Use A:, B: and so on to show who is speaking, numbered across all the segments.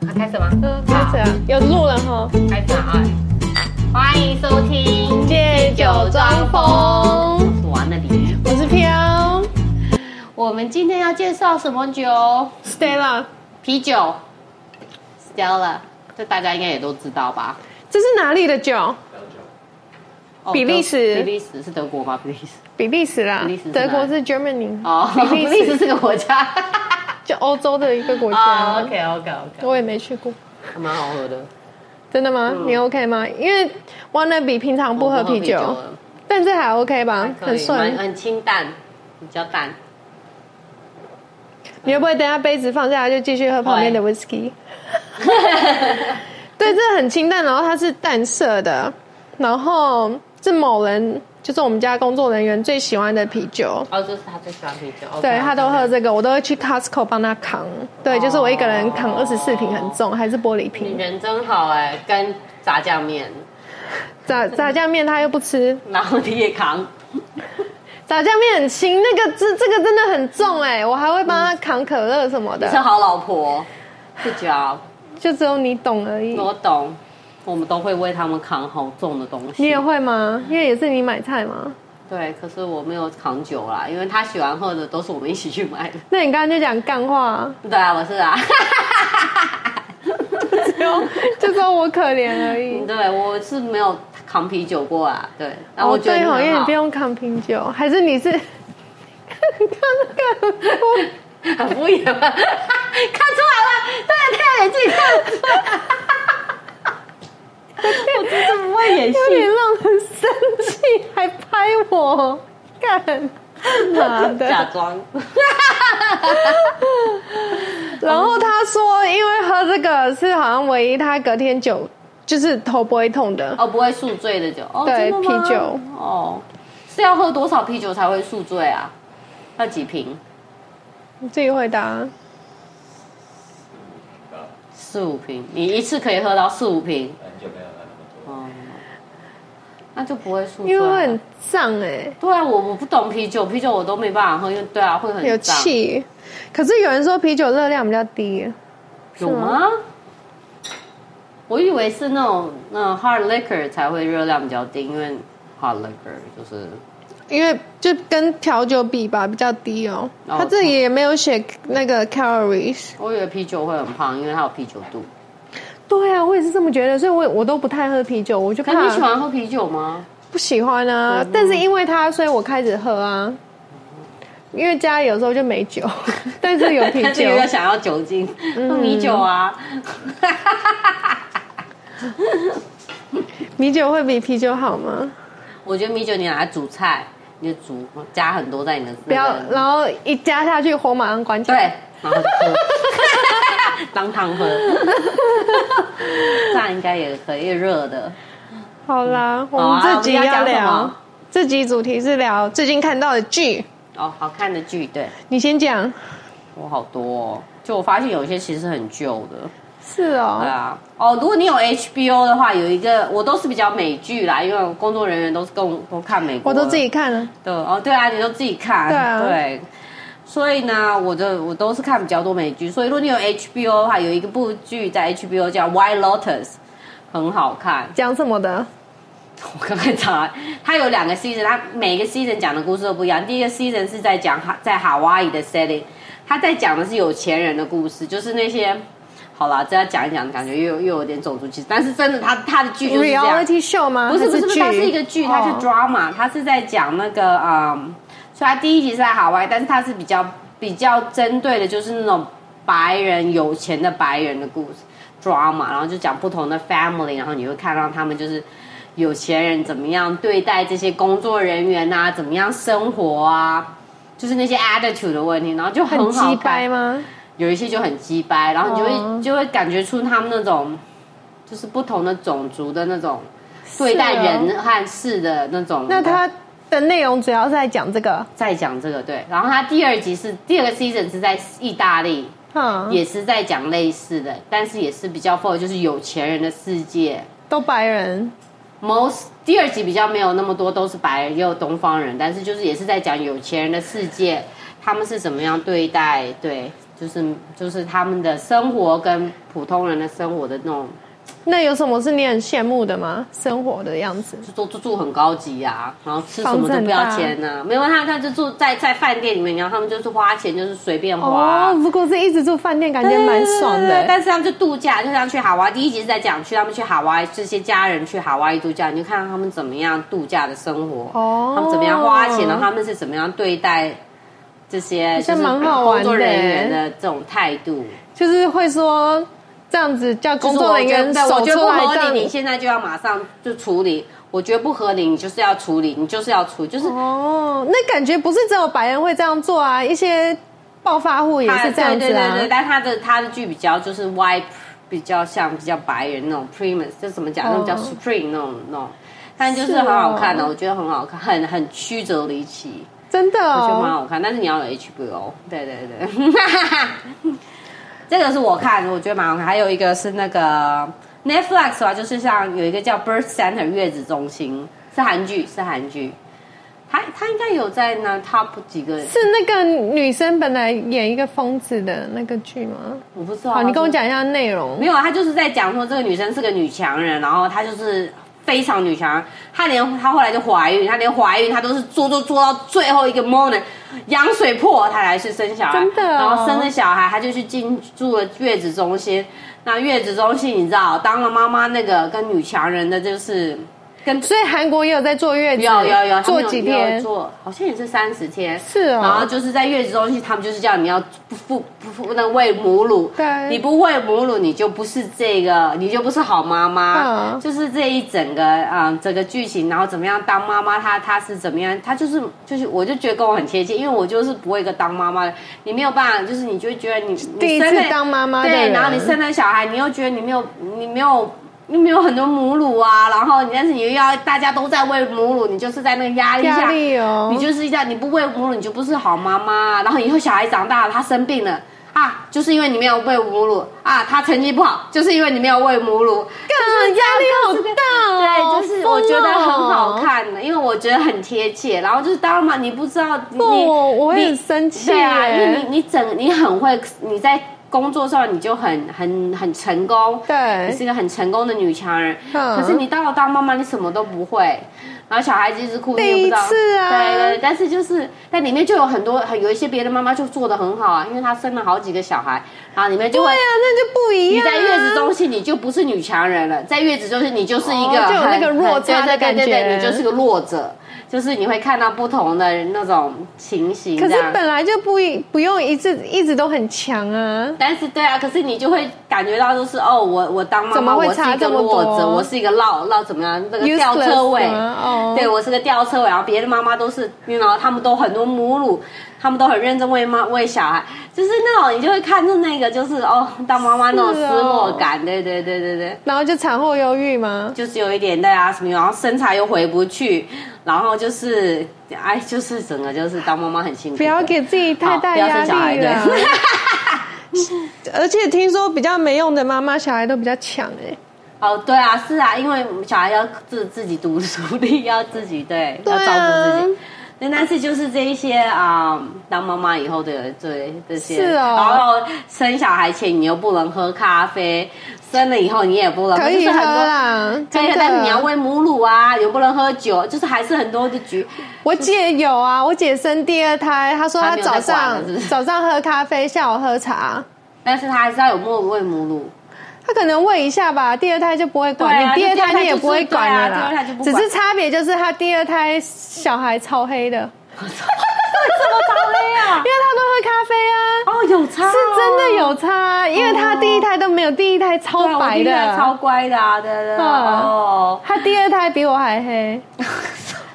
A: 啊，开始吗？
B: 嗯，开始啊，有录了哈。
A: 开始啊！欢迎收听
B: 借酒装疯，
A: 我是王的李。
B: 我是飘
A: 我们今天要介绍什么酒？
B: Stella，
A: 啤酒，Stella，这大家应该也都知道吧？
B: 这是哪里的酒？
A: 哦
B: 比利时
A: 德比利时是德国吗？比利时，
B: 比利时啦
A: 比利时，是哪
B: 德
A: 里
B: 国是 Germany，
A: 哦，
B: 比
A: 比利
B: 利
A: 时
B: 时
A: 是个国 家。
B: 就欧洲的一个国
A: 哦
B: 家。
A: ，OK OK OK，
B: 我也没去过，
A: 还蛮好喝的。
B: 真的吗？你 OK 吗？因为 Wannabe 平常不喝
A: 嗯
B: 啤
A: 我
B: 酒，
A: 了
B: 但这还 OK 吧，
A: 可
B: 很
A: 以，蛮
B: 顺。
A: 很清淡，比较淡。
B: 你会不会等下杯子放下来就继续喝旁边的 whisky？对，这很清淡，然后它是淡色的，然后是某人，就是我们家工作人员最喜欢的啤酒。
A: 哦，这是他最喜欢啤酒。OK，
B: 对他都喝这个，我都会去 Costco 帮他扛。对，就是我一个人扛
A: 哦嗯
B: 二十四瓶，很重，还是玻璃
A: 你
B: 瓶。
A: 人真好哎，跟炸酱面，
B: 炸炸酱面他又不吃，
A: 然后你也扛，
B: 炸酱面很轻，那个这这个真的很重哎、我还会帮他扛可乐什么
A: 是
B: 的，
A: 好老婆，不教
B: 就只有你懂而已。
A: 我懂，我们都会为他们扛好重的东
B: 你也
A: 西。
B: 会吗？因为也是你买菜嘛。
A: 对，可是我没有扛酒啦，因为他喜欢喝的都是我们一起去买的。
B: 那你刚刚就讲干话 啊、
A: 对啊，我是啊，
B: 就说我可怜而已。
A: 对我是没有扛啤酒过啊。对，然后我
B: 哦，
A: 觉得
B: 对
A: 你
B: 哦，因为
A: 很
B: 你
A: 好
B: 不，用扛啤酒，还是你是 看那个我
A: 很敷 衍吧？看出来了，对，戴眼镜看得出 来。我真是不会演戏
B: 有。点让人生气，还拍我，干妈
A: 假
B: 的？
A: 装。
B: 然后他说，因为喝这个是好像唯一他隔天酒就是头不会痛的。
A: 哦，不会宿醉的酒。哦，真
B: 对
A: 的吗
B: 啤酒。
A: 哦，是要喝多少啤酒才会宿醉啊？要几瓶？
B: 你自己啊回答。
A: 四五瓶。你一次可以喝到四五瓶。
C: 啊很久没有喝那么多。
A: 哦，那就不会宿醉
B: 因为
A: 啊。
B: 会很胀哎、
A: 对啊，我我不懂啤酒，啤酒我都没办法喝，因为对啊会很
B: 有
A: 胀。
B: 气。可是有人说啤酒热量比较低，
A: 有吗？我以为是那种那种 hard liquor 才会热量比较低，因为 hard liquor 就是
B: 因为就跟调酒比吧，比较低哦。
A: 哦
B: 他这里也没有写那个 calories。
A: 我以为啤酒会很胖，因为它有啤酒肚。
B: 对啊，我也是这么觉得，所以我我都不太喝啤酒，我就
A: 可
B: 怕
A: 是你喜欢喝啤酒吗？
B: 不喜欢啊。但是因为他，所以我开始喝啊。因为家里有时候就没 酒，但是有啤
A: 但是
B: 酒嗯
A: 又。要想要酒精，喝米酒啊，
B: 米酒会比啤酒好吗？
A: 我觉得米酒你拿来煮菜，你就煮加很多在你的
B: 不要
A: 那，个
B: 然后一加下去，火马上关起
A: 对
B: 来。，
A: 然后就喝， 当汤喝， 这样应该也可以热的。
B: 好啦，我
A: 好
B: 们
A: 啊
B: 这集
A: 我们要
B: 哦要
A: 讲什
B: 聊
A: 么，
B: 这集主题是聊最近看到的剧。
A: 哦，好看的剧，对
B: 你先讲。
A: 我好多、哦，就我发现有一些其实很旧的。
B: 是
A: 对
B: 哦，
A: 啊，哦，如果你有 HBO 的话，有一个我都是比较美剧啦，因为我工作人员都是跟我都看美国
B: 我
A: 的，
B: 都自己看了。
A: 对哦，对啊，你都自己看，
B: 对啊
A: 对所以呢，我的我都是看比较多美剧，所以如果你有 HBO 的话，有一个部剧在 HBO 叫《White Lotus》，很好看。
B: 讲什么的？
A: 我刚才查，它有两个 season，它每个 season 讲的故事都不一样。第一个 season 是在讲哈在夏威夷的 setting，它在讲的是有钱人的故事，就是那些。好啦，这样讲一讲，感觉又又有点种族歧视，但是真的，它它的剧就是这样。
B: reality show 吗？
A: 不是不是不是，它
B: 还
A: 是一个剧，它是
B: 哦
A: drama，、它是在讲那个嗯，所以它第一集是在海外，但是它是比较比较针对的就是那种白人有钱的白人的故事 drama，然后就讲不同的 family，然后你会看到他们就是。有钱人怎么样对待这些工作人员啊？怎么样生活啊？就是那些 attitude 的问题，然后就
B: 很
A: 好
B: 鸡
A: 看
B: 掰。吗？
A: 有一些就很鸡掰，然后你就会、
B: 哦
A: 就会感觉出他们那种就是不同的种族的那种对待人和事的那种。
B: 啊那它的内容主要是在讲这个，
A: 在讲这个对，然后他第二集是第二个 season 是在意大利，
B: 嗯，
A: 也是在讲类似的，但是也是比较 for 就是有钱人的世界。
B: 都白人，
A: most 第二集比较没有那么多都是白人，也有东方人，但是就是也是在讲有钱人的世界，他们是怎么样对待对就是就是他们的生活跟普通人的生活的那种，
B: 那有什么是你很羡慕的吗？生活的样子？
A: 就都住住很高级啊，然后吃什么都不要钱呐、啊，没有他他就住在在饭店里面，然后他们就是花钱就是随便花、
B: 哦，如果是一直住饭店，感觉蛮爽
A: 对对对
B: 的。
A: 但是他们就度假，就像去海外，第一集是在讲去他们去海外，这些家人去海外度假，你就看他们怎么样度假的生活，
B: 哦
A: 他们怎么样花钱，然后他们是怎么样对待这些就
B: 像
A: 是呃
B: 蛮哦好玩
A: 工作人
B: 的欸
A: 员的这种态度。
B: 就是会说这样子叫
A: 就
B: 工
A: 是
B: 作
A: 我
B: 人
A: 觉得
B: 员
A: 对我
B: 手
A: 觉得
B: 出
A: 不
B: 来这
A: 合
B: 样
A: 理，你现在就要马上就处理。我觉得不合理，你就是要处理，你就是要处理，就是
B: 哦，那感觉不是只有白人会这样做啊，一些暴发户也
A: 他
B: 是这样
A: 对
B: 子
A: 对
B: 啊
A: 对。对，但他的他的剧比较就是 white，比较像比较白人那种 primus，就怎么讲，那种比较
B: 哦
A: supreme 那种那种，但就是
B: 是
A: 很好看的、
B: 哦
A: 我觉得很好看，很很曲折离奇，
B: 真的
A: 我觉得蛮
B: 哦，
A: 好看。但是你要有 HBO，对对对， 这个是我看，我觉得蛮好看。还有一个是那个 Netflix 吧，就是像有一个叫 Birth Center 月子中心，是韩剧，是韩剧。它它应该有在那 top 几个，
B: 是那个女生本来演一个疯子的那个剧吗？
A: 我不知道。
B: 好，你跟我
A: 它是
B: 讲一下内容
A: 没。有，啊他就是在讲说这个女生是个女强人，然后她就是非常女强人，她连她后来就怀孕，她连怀孕她都是做做做到最后一个 moment，羊水破她才去生小孩，
B: 真的哦
A: 然后生了小孩，她就去进住了月子中心。那月子中心你知道，当了妈妈那个跟女强人的就是跟
B: 所以韩国也有在坐月子，
A: 有有有，他
B: 坐
A: 们有
B: 几
A: 有
B: 天？
A: 做好像也是三十天，
B: 是哦
A: 然后就是在月子中心，他们就是叫你要不不不不那喂母乳，
B: 对
A: 你不喂母乳，你就不是这个，你就不是好妈妈。
B: 嗯
A: 就是这一整个啊、嗯整个剧情，然后怎么样当妈妈，她她是怎么样，她就是就是，我就觉得跟我很贴切，因为我就是不会一个当妈妈的，你没有办法，就是你就会觉得你
B: 第
A: 你
B: 一
A: 生
B: 次
A: 了
B: 当妈妈的
A: 对，
B: 人
A: 然后你生了小孩，你又觉得你没有，你没有，你没有很多母乳啊，然后你但是你又要大家都在喂母乳，你就是在那个压力下，
B: 压力哦
A: 你就是这样，你不喂母乳，你就不是好妈妈。然后以后小孩长大了，他生病了。啊，就是因为你没有喂母乳啊，他成绩不好，就是因为你没有喂母乳，
B: 干嘛压力好大哦？
A: 对，就是我觉得很好
B: 疯哦。
A: 看的，因为我觉得很贴切。然后就是当然嘛，你不知道你
B: 不，我我会
A: 你
B: 很生气
A: 对啊，因为
B: 耶。
A: 你你整你很会，你在工作上你就很很很成功，
B: 对
A: 你是一个很成功的女强人。
B: 嗯
A: 可是你到了当妈妈，你什么都不会，然后小孩子一直哭，你也不知道。
B: 第一次啊
A: 对对，对但是就是但里面就有很多很有一些别的妈妈就做的很好啊，因为她生了好几个小孩，然后里面就
B: 对
A: 会。
B: 啊，那就不一
A: 你
B: 样啊。
A: 在月子中心，你就不是女强人了，在月子中心，你就是一个
B: 哦就有
A: 很
B: 那个弱智
A: 对对对
B: 的
A: 对对
B: 感觉
A: 你就是个弱者，就是你会看到不同的那种情形。
B: 可
A: 这样
B: 是本来就不一不用一直一直都很强啊。
A: 但是对啊，可是你就会感觉到就是哦，我我当妈
B: 怎么
A: 妈，
B: 会
A: 我是
B: 差
A: 一个
B: 这么
A: 弱
B: 多
A: 者，我是一个落落怎么样那个
B: Useless
A: 吊车尾
B: 吗哦
A: 对我是个吊车尾，然后别的妈妈都是，你知道他们都很多母乳，他们都很认真喂妈喂小孩，就是那种你就会看着那个就是哦，当妈妈那种
B: 是哦
A: 失落感，对对对对对。
B: 然后就产后忧郁吗？
A: 就是有一点对啊什么，然后身材又回不去，然后就是哎，就是整个就是当妈妈很辛苦的。
B: 不要给自己太大
A: 好不要
B: 压
A: 生小孩
B: 力啊了。而且听说比较没用的妈妈，小孩都比较强哎、
A: 哦，对啊，是啊，因为小孩要自自己独独立，要自己对，
B: 对啊
A: 要照顾自己。对，但是就是这一些啊、当妈妈以后的对这些，
B: 是哦
A: 然后生小孩前你又不能喝咖啡，生了以后你也不能，
B: 啊可以
A: 哦就
B: 喝
A: 是很多。
B: 啦，
A: 可以喝，
B: 真的
A: 但是你要喂母乳啊，也不能喝酒，就是还是很多的局。
B: 我姐有啊，我姐生第二胎，她说
A: 她
B: 她
A: 没有
B: 早
A: 在管了
B: 上
A: 是不是
B: 早上喝咖啡，下午喝茶。
A: 但是他还是要有母喂母乳，
B: 她可能喂一下吧，第二胎就不会管、
A: 对啊
B: 你，第二
A: 就第二胎
B: 胎你也
A: 就是
B: 不会管了
A: 对啊
B: 啦。
A: 第二胎就不管
B: 只是差别就是她第二胎小孩超黑的，因为
A: 这么糟嘞啊！
B: 她都喝咖啡啊，
A: 哦，有差、哦，
B: 是真的有差，因为她第一胎都没有，第一胎
A: 对
B: 超
A: 啊我
B: 白
A: 弟弟还超
B: 的，
A: 乖的啊，对对对，
B: 嗯
A: 哦。
B: 她第二胎比我还 黑，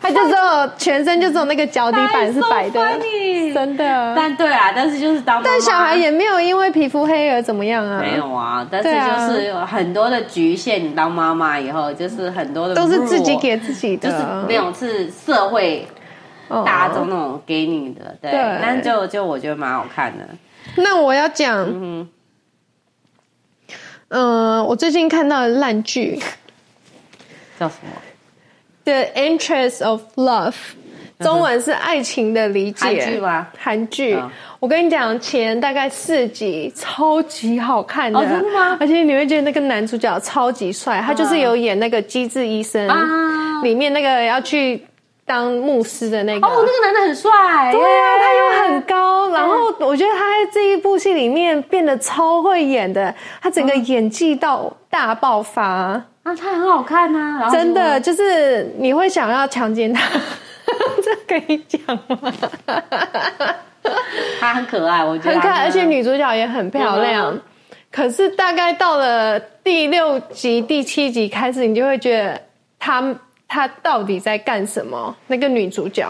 B: 她就只有全身就只有那个脚底板是白
A: That
B: 的
A: is so funny，
B: 真的。
A: 但对啊，但是就是当妈妈
B: 但小孩也没有因为皮肤黑而怎么样啊，
A: 没有啊，但
B: 对啊
A: 是就是有很多的局限。你当妈妈以后，就是很多的
B: 都是
A: rule
B: 自己，给自己
A: 就
B: 的，
A: 是没有是社会
B: 哦
A: 大众那种给你的。对，
B: 对
A: 但就就我觉得蛮好看的。
B: 那我要讲，
A: 哼、
B: 嗯呃我最近看到的烂剧
A: 叫什么？
B: 《The Interest of Love》，中文是《爱情的理解》
A: 嗯韩剧吗？
B: 韩剧
A: 嗯
B: 我跟你讲，前大概四集超级好看的，
A: 哦真的吗嗯
B: 而且你会觉得那个男主角超级帅，他就是有演那个《机智医生》
A: 啊
B: 里面那个要去当牧师的那个。
A: 哦，那个嗯男的很帅，
B: 对啊，
A: 耶
B: 他又很高，然后我觉得他在这一部戏里面变得超会演的，他整
A: 嗯
B: 个演技到大爆发，
A: 啊，他很好看呐、然后
B: 真
A: 就
B: 的就是你会想要强奸他， 这可以讲 吗？
A: 他很可爱，我觉得
B: 很可爱，
A: 他
B: 而且女主角也很漂亮。
A: 嗯
B: 可是大概到了第六集、第七集开始，你就会觉得她她到底在干什么？那个女主角，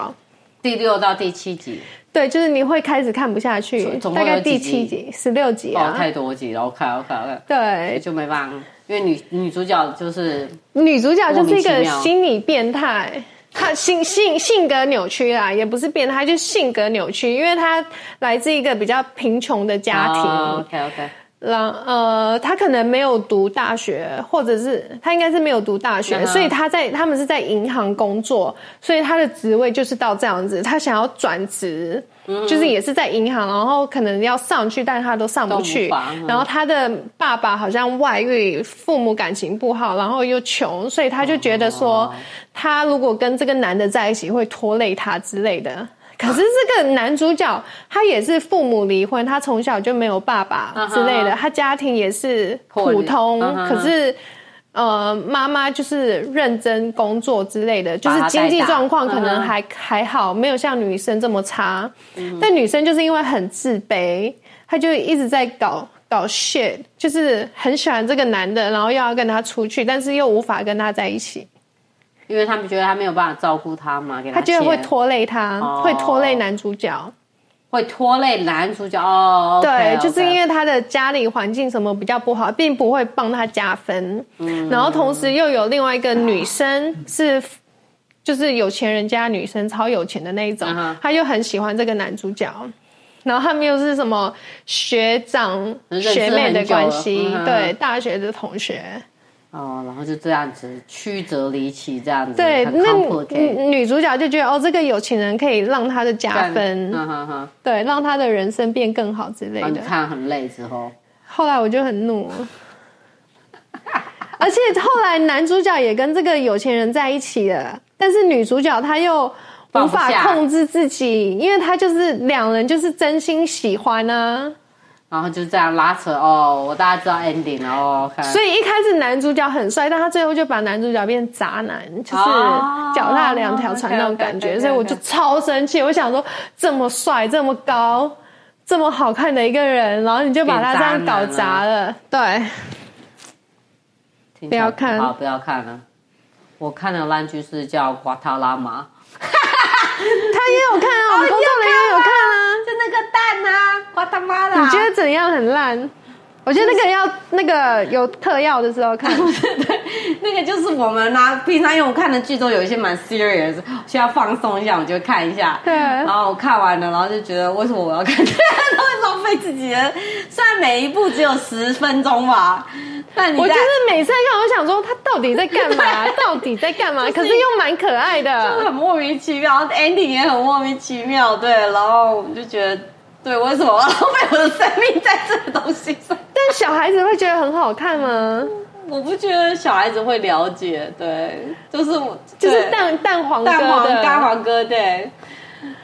A: 第六到第七集，
B: 对，就是你会开始看不下去
A: 总。总共
B: 大
A: 有
B: 概第
A: 几集
B: 七集、十六集
A: 哦，
B: 啊，
A: 太多集了，我看我看我看，
B: 对，
A: 就没办法，因为女女主角就是
B: 女主角就是一
A: 莫
B: 个
A: 名其妙
B: 心理变态，她性性性格扭曲啦，也不是变态，就是性格扭曲，因为她来自一个比较贫穷的家庭，
A: OK OK，
B: 然呃，她可能没有读大学，或者是她应该是没有读大学，
A: 嗯哼
B: 所以她在他们是在银行工作，所以她的职位就是到这样子，她想要转职。
A: 嗯
B: 就是也是在银行，然后可能要上去，但是她都上不
A: 都无
B: 去
A: 法嗯。
B: 然后她的爸爸好像外遇，父母感情不好，然后又穷，所以她就觉得说
A: 哦，
B: 她如果跟这个男的在一起会拖累她之类的。可是这个男主角他也是父母离婚，他从小就没有爸爸
A: 嗯哼
B: 之类的，他家庭也是
A: 破
B: 普
A: 裂
B: 通
A: 嗯哼，
B: 可是。呃，妈妈就是认真工作之类的，就是
A: 把他带
B: 经济
A: 大
B: 状况可
A: 嗯
B: 能
A: 哼嗯
B: 还、还好，没有像女生这么差。但女生就是因为很自卑，她就一直在搞搞 shit，就是很喜欢这个男的，然后又要跟他出去，但是又无法跟他在一起。
A: 因为他们觉得他没有办法照顾她嘛，给
B: 他觉得
A: 钱
B: 会拖累他，
A: 哦
B: 会拖累男主角。
A: 会拖累男主角哦
B: 对
A: OK，OK
B: 就是因为他的家里环境什么比较不好，并不会帮他加分。
A: 嗯
B: 然后同时又有另外一个女生是，就是有钱人家女生，超有钱的那一种
A: 嗯哼，
B: 她就很喜欢这个男主角。然后他们又是什么学长、
A: 认识
B: 学妹的
A: 很久了
B: 关系，
A: 嗯哼
B: 对，大学的同学。
A: 哦，然后就这样子曲折离奇这样子，
B: 对，
A: 很
B: 那
A: complicated
B: 女女主角就觉得哦，这个有钱人可以让她的加分，
A: 嗯哼哼，
B: 对，让她的人生变更好之类
A: 然后你
B: 的。
A: 看很累之后，
B: 后来我就很怒，而且后来男主角也跟这个有钱人在一起了，但是女主角她又无
A: 放不
B: 法
A: 下
B: 控制自己，因为她就是两人就是真心喜欢啊，
A: 然后就这样拉扯哦，我大家知道 ending 了哦，看，
B: 所以一开始男主角很帅，但他最后就把男主角变渣男，就是
A: 哦
B: 脚踏两条船那种感觉，
A: OK，OK，OK，OK
B: 所以我就超生气，我想说这么帅这么高。这么好看的一个人，然后你就把他这样搞砸了，对。
A: 以
B: 不要看
A: 好不要看了，我看的烂剧是叫《瓜塔拉玛
B: 他也有看啊，我们工作人员有看啊。》，
A: 就那个蛋啊，瓜他妈的，
B: 你觉得怎样很烂？我觉得那个要那个有特药的时候看，
A: 那个就是我们啊，平常因为我看的剧都有一些蛮 serious，需要放松一下，我就看一下。
B: 对啊
A: 然后我看完了，然后就觉得为什么我要看？ 都会浪费自己的。虽然每一部只有十分钟吧，但你
B: 我
A: 在
B: 就是每次看，我想说他到底在 干嘛？到底在干嘛？可是又蛮可爱的。
A: 很莫名其妙，然后 ending 也很莫名其妙，对。然后我就觉得，对，为什么我要浪费我的生命在这个东西上？
B: 但小孩子会觉得很好看吗？
A: 我不觉得小孩子会了解，对，就是我
B: 就是
A: 对
B: 蛋蛋黄
A: 蛋
B: 哥
A: 黄
B: 的，
A: 干黄哥，对，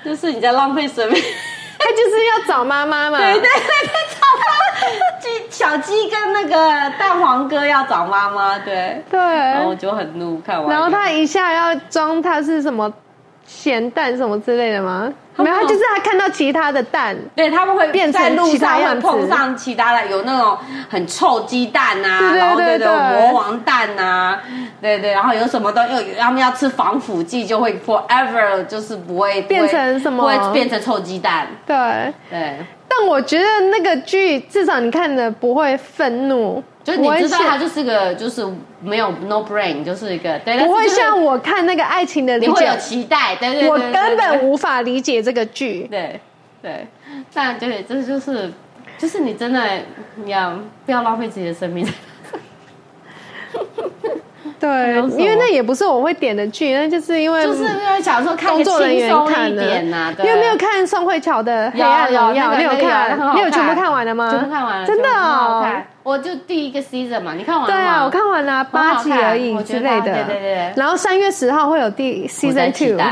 A: 就是你在浪费 生命。
B: 他就是要找妈妈嘛。
A: 对对对对，找妈妈，鸡小鸡跟那个蛋黄哥要找妈妈，对。
B: 对
A: 然哦后我就很怒，看完。
B: 然后他一下要装他是什么咸蛋什么之类的吗？
A: 他
B: 没
A: 们
B: 有，
A: 好
B: 他就是他看到其他的蛋，
A: 对他们会
B: 变成
A: 在路
B: 其他
A: 上
B: 样
A: 会
B: 子
A: 碰上其他的，有那种很臭鸡蛋啊，
B: 对对
A: 然后
B: 对
A: 对
B: 对
A: 魔王蛋啊，对对，然后有什么都又有他们要吃防腐剂，就会 forever 就是不会
B: 变成什么
A: 不会变成臭鸡蛋，
B: 对。
A: 对。
B: 但我觉得那个剧至少你看的不会愤怒，
A: 就是你知道
B: 不会
A: 他
B: 像
A: 就是个就是没有 no brain，就是一个对，但是
B: 不会
A: 就是
B: 像我看那个《爱情的理
A: 你会
B: 解
A: 有》，期待，对对对，
B: 我
A: 对对
B: 根本无法理解这个剧。
A: 对对，但对，这就是就是你 真的要不要浪费自己的生命？
B: 对
A: 有什，么
B: 因为那也不是我会点的剧，那就是因为
A: 就是因为想说看个
B: 工作人
A: 轻
B: 员
A: 松
B: 看
A: 一
B: 的
A: 点呐、
B: 因
A: 对，
B: 为没有看宋慧乔的《黑
A: 有
B: 暗
A: 有
B: 荣
A: 那
B: 耀》，
A: 个
B: 你有
A: 那个有那很好
B: 你有全部
A: 看
B: 看完了吗？
A: 全部看完了，
B: 真的
A: 全部很好
B: 哦。
A: 看。我就第一个 season 嘛，你看完了
B: 对
A: 吗？
B: 啊，我看完了
A: 很好
B: 八集而
A: 看
B: 已
A: 我觉
B: 之
A: 得
B: 类的。
A: 对对对
B: 然后三月十号会有第 season
A: 在
B: two，
A: 期
B: 对
A: 待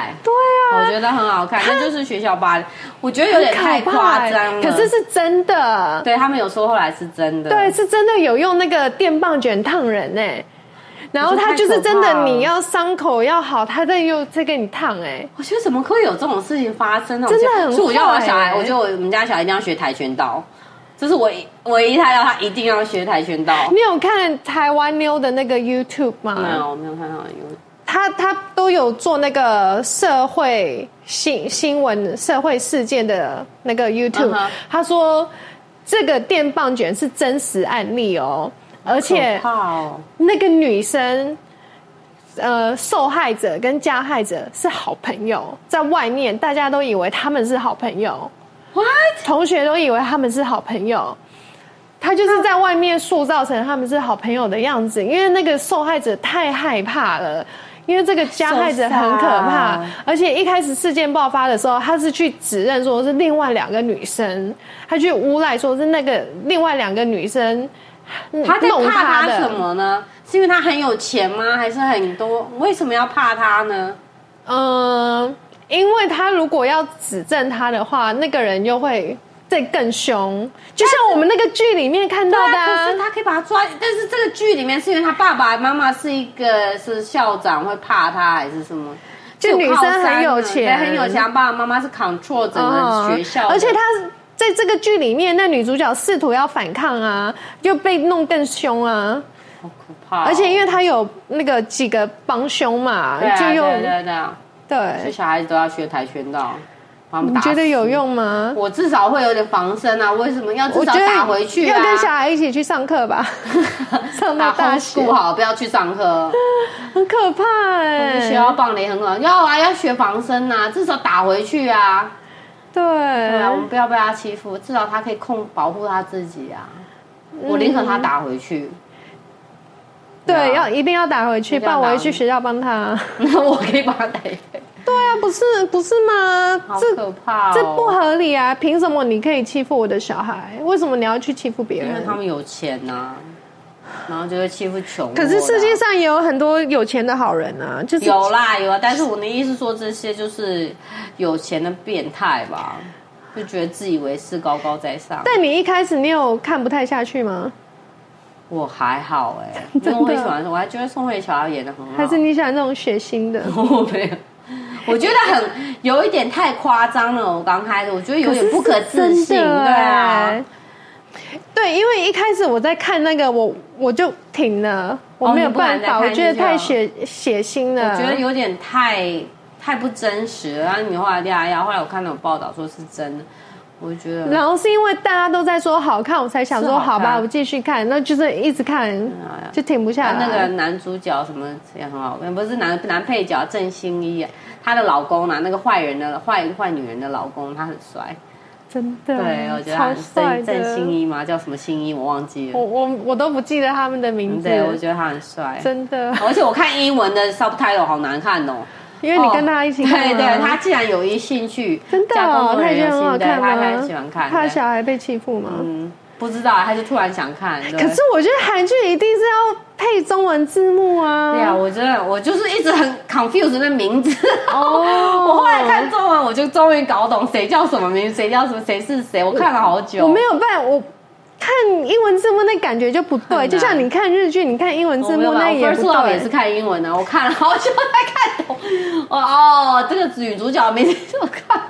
B: 啊，
A: 我觉得很好看，那就是学校霸凌，我觉得有点太
B: 很可怕
A: 夸
B: 欸
A: 张了。
B: 可是是真的。
A: 对他们有说后来是真的，
B: 对，，是真的有用那个电棒卷烫人呢、然后他就是真
A: 太可怕
B: 的，
A: 了
B: 你要伤口要好，他再用再给你烫哎、
A: 我觉得怎么会有这种事情发生呢？
B: 真的很
A: 所以我叫我小孩，
B: 坏欸
A: 我觉得我们家小孩一定要学跆拳道，这是我一我一他要他一定要学跆拳道。
B: 你有看台湾妞的那个 YouTube
A: 没
B: 吗？
A: 有，我没有看到有
B: 他他都有做那个社会新新闻、社会事件的那个 YouTube
A: 嗯。哼
B: 他说这个电棒卷是真实案例哦，而且
A: 可怕哦，
B: 那个女生，呃，受害者跟加害者是好朋友，在外面大家都以为他们是好朋友
A: What？
B: 同学都以为他们是好朋友。他就是在外面塑造成他们是好朋友的样子，因为那个受害者太害怕了，因为这个加害者很可怕
A: 受伤，
B: 而且一开始事件爆发的时候，他是去指认说是另外两个女生，他去诬赖说是那个另外两个女生嗯
A: 他在
B: 弄
A: 怕他
B: 的
A: 什么呢？是因为他很有钱吗？还是很多？为什么要怕他呢？
B: 嗯，因为他如果要指证他的话，那个人又会再更凶，就像我们那个剧里面看到的、
A: 啊
B: 啊
A: 可是他可以把他抓，但是这个剧里面是因为他爸爸妈妈是一个是校长会怕他还是什么？
B: 就女
A: 是有
B: 生
A: 靠山
B: 很有
A: 的
B: 钱嗯
A: 对很有钱，他爸爸妈妈是 control 整个学校的，
B: 啊而且他在这个剧里面，那女主角试图要反抗啊，就被弄更凶啊，
A: 好可怕哦、
B: 而且因为他有那个几个帮凶嘛，
A: 对啊
B: 就
A: 对
B: 又
A: 对对对啊，所以
B: 对
A: 小孩子都要学跆拳道，把他们
B: 你
A: 打死
B: 觉得有？用吗？
A: 我至少会有点防身啊，为什么要至
B: 我
A: 少
B: 觉得
A: 打回去啊？
B: 要跟小孩一起去上课吧， 上到
A: 打
B: 大学
A: 不好，不要去上课。
B: 很可怕哎、
A: 学校棒垒很好，要啊，要学防身呐、啊，至少打回去啊。
B: 对，
A: 对啊，我们不要被他欺负，至少他可以控保护他自己啊。
B: 嗯
A: 我宁可他打回去， 对
B: 对，
A: 啊
B: 要一定要打回去，
A: 一
B: 不
A: 定要打嗯
B: 然
A: 回去
B: 我会去学校帮他。
A: 那我可以把他打回去。
B: 对啊，不是不是吗？
A: 好
B: 这
A: 可怕、哦！
B: 这不，合理啊！凭什么你可以欺负我的小孩？为什么你要去欺负别
A: 因为
B: 人？
A: 他们有钱呐、然后就会欺负穷弱的啊。
B: 可是世界上也有很多有钱的好人啊，就是
A: 有啦有啊，但是我的意思说，这些就是有钱的变态吧，就觉得自以为是、高高在上。
B: 但你一开始你有看不太下去吗？
A: 我还好哎、 因为
B: 的
A: 我很喜欢，我还觉得宋慧乔她演的很好。
B: 还是你喜欢那种血 腥的？
A: 我没有， 我觉得很有一点太夸张了。我刚开始我觉得有点不可置
B: 是
A: 信，
B: 真的
A: 对啊
B: 哎。对，因为一开始我在看那个，我我就停了，我
A: 哦
B: 没有
A: 你不敢
B: 办
A: 再
B: 法，
A: 看
B: 我觉得
A: 下去了
B: 太血血腥了。
A: 我觉得有点太太不真实了。然后你后来压压，后来我看到有报道说是真的，我就觉得。
B: 然后是因为大家都在说好看，我才想
A: 是
B: 说
A: 好看
B: 好吧，我继续看，那就是一直看，就停不下
A: 啊
B: 来。
A: 那个男主角什么也很好看，不是男男配角郑欣一、啊，她的老公啊，那个坏人的坏坏女人的老公，他很帅。
B: 真的，
A: 对，我觉得他
B: 嗯超
A: 很
B: 帅
A: 郑郑
B: 的。哦
A: 欣一嘛，叫什么欣一我忘记
B: 我
A: 了。
B: 我我都不记得他们的名字，
A: 对，我觉得哦他很帅。
B: 真的，
A: 而且我看英文的 subtitle 好难看哦。
B: 因哎为你跟他一起看、
A: 哦对对，他既然有一兴趣，
B: 真的
A: 加工
B: 哦，
A: 作
B: 他
A: 人
B: 觉
A: 员
B: 得很好
A: 心态他
B: 看啊
A: 他很
B: 吗？
A: 喜欢看。
B: 怕
A: 对
B: 小孩被欺负吗？
A: 嗯，不知道，他就突然想看。对
B: 可是我觉得韩剧一定是要配中文字幕啊。
A: 对啊，我真的我就是一直很 confused 那名字。
B: 哦
A: 我后来看中文，我就终于搞懂谁叫什么名，谁叫什么，谁是谁。我看了好久，
B: 我没有办法，我看英文字幕那感觉就不对，
A: 难
B: 就像你看日剧，你看英文字
A: 我没
B: 幕
A: 有
B: 那
A: 办法
B: 也
A: 我 first
B: 不哎
A: love
B: 对，
A: 也是看英文的，啊我看了好久才看懂。哦哦，这个女主角没这么看，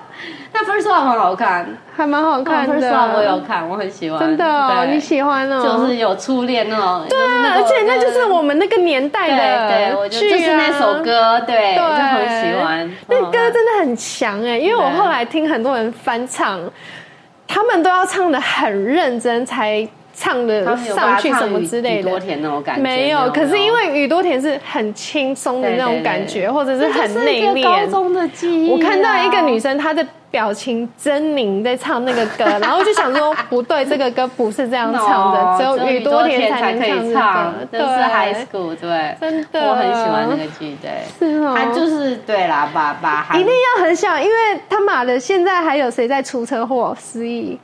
A: 但 first love 很好看。
B: 还蛮好看
A: 哦
B: 的。
A: First Love 我有看，我很喜欢。
B: 真的哦，
A: 对
B: 你喜欢哦？
A: 就是有初恋那种，对
B: 对啊，而且那就是我们那个年代
A: 对对，
B: 的
A: 我
B: 剧
A: 就
B: 啊，
A: 就是那首歌，对，
B: 对，
A: 就很喜欢。嗯
B: 那歌
A: 的
B: 真的很强哎，因为我
A: 对
B: 后来听很多人翻唱，他们都要唱的很认真才唱
A: 他
B: 的
A: 们有
B: 上去
A: 把它
B: 什
A: 唱
B: 么
A: 宇
B: 之类
A: 宇多
B: 的。
A: 田那种感觉
B: 没有，可是因为宇多田是很轻松的
A: 对
B: 那种
A: 对
B: 感
A: 对
B: 觉，或者是
A: 这
B: 很
A: 就是一
B: 内
A: 个高
B: 敛。
A: 中的记忆啊。
B: 我看到一个女生，她的表情狰狞在唱那个 歌，然后我就想说不对，这个歌不是这样唱的，
A: 哦
B: 只有宇多田
A: 才
B: 能
A: 可以
B: 唱
A: 唱，
B: 这
A: 真
B: 个
A: 是 High
B: 歌，
A: School，对，
B: 真的
A: 我很喜欢那个剧，对，
B: 是哦
A: 他就是对啦，把把韩
B: 对，一定要很小，因为他妈的现在还有谁在出车祸失忆？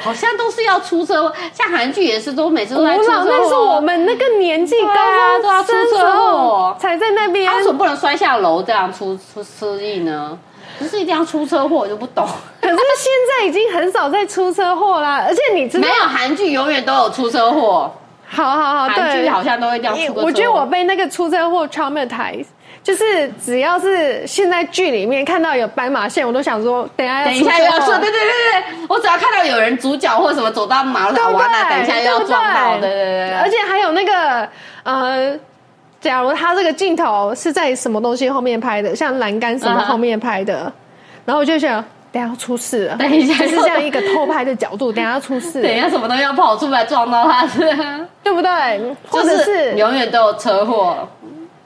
A: 好像都是要出车祸，像韩剧也是都每次都
B: 吴
A: 在出车
B: 老
A: 祸，
B: 那是我们那个年纪
A: 对啊都
B: 高
A: 要
B: 中生
A: 出
B: 时
A: 车
B: 候
A: 祸
B: 才在那边
A: 他为什么不能摔下楼这样出出失忆呢？不是一定要出车祸，我就不懂。
B: 可是现在已经很少再出车祸啦，而且你知
A: 没，
B: 道
A: 有韩剧永远都有出车祸，
B: 好好好，
A: 韩
B: 哦对
A: 剧，好像都会这样出个车祸。
B: 我觉得我被那个出车祸 traumatize，就是只要是现在剧里面看到有斑马线，我都想说等一下要
A: 等一
B: 出
A: 下又要
B: 车
A: 撞，
B: 祸
A: 对。对对对对，我只要看到有人主角或什么走到马路
B: 对
A: 上，
B: 不
A: 哇，
B: 对？
A: 那等一下又要
B: 对不
A: 撞到，对对
B: 对
A: 对对，
B: 而且还有那个呃，假如他这个镜头是在什么东西后面拍的，像栏杆什么
A: 嗯哼
B: 后面拍的，然后我就想，等一下要出事了，
A: 等一下
B: 就是
A: 又
B: 这样一个偷拍的角度，等一下要出事 了，
A: 等一下什么东西要跑出来撞到他， 是
B: 对不对？或
A: 就
B: 者
A: 是
B: 是
A: 永远都有车祸。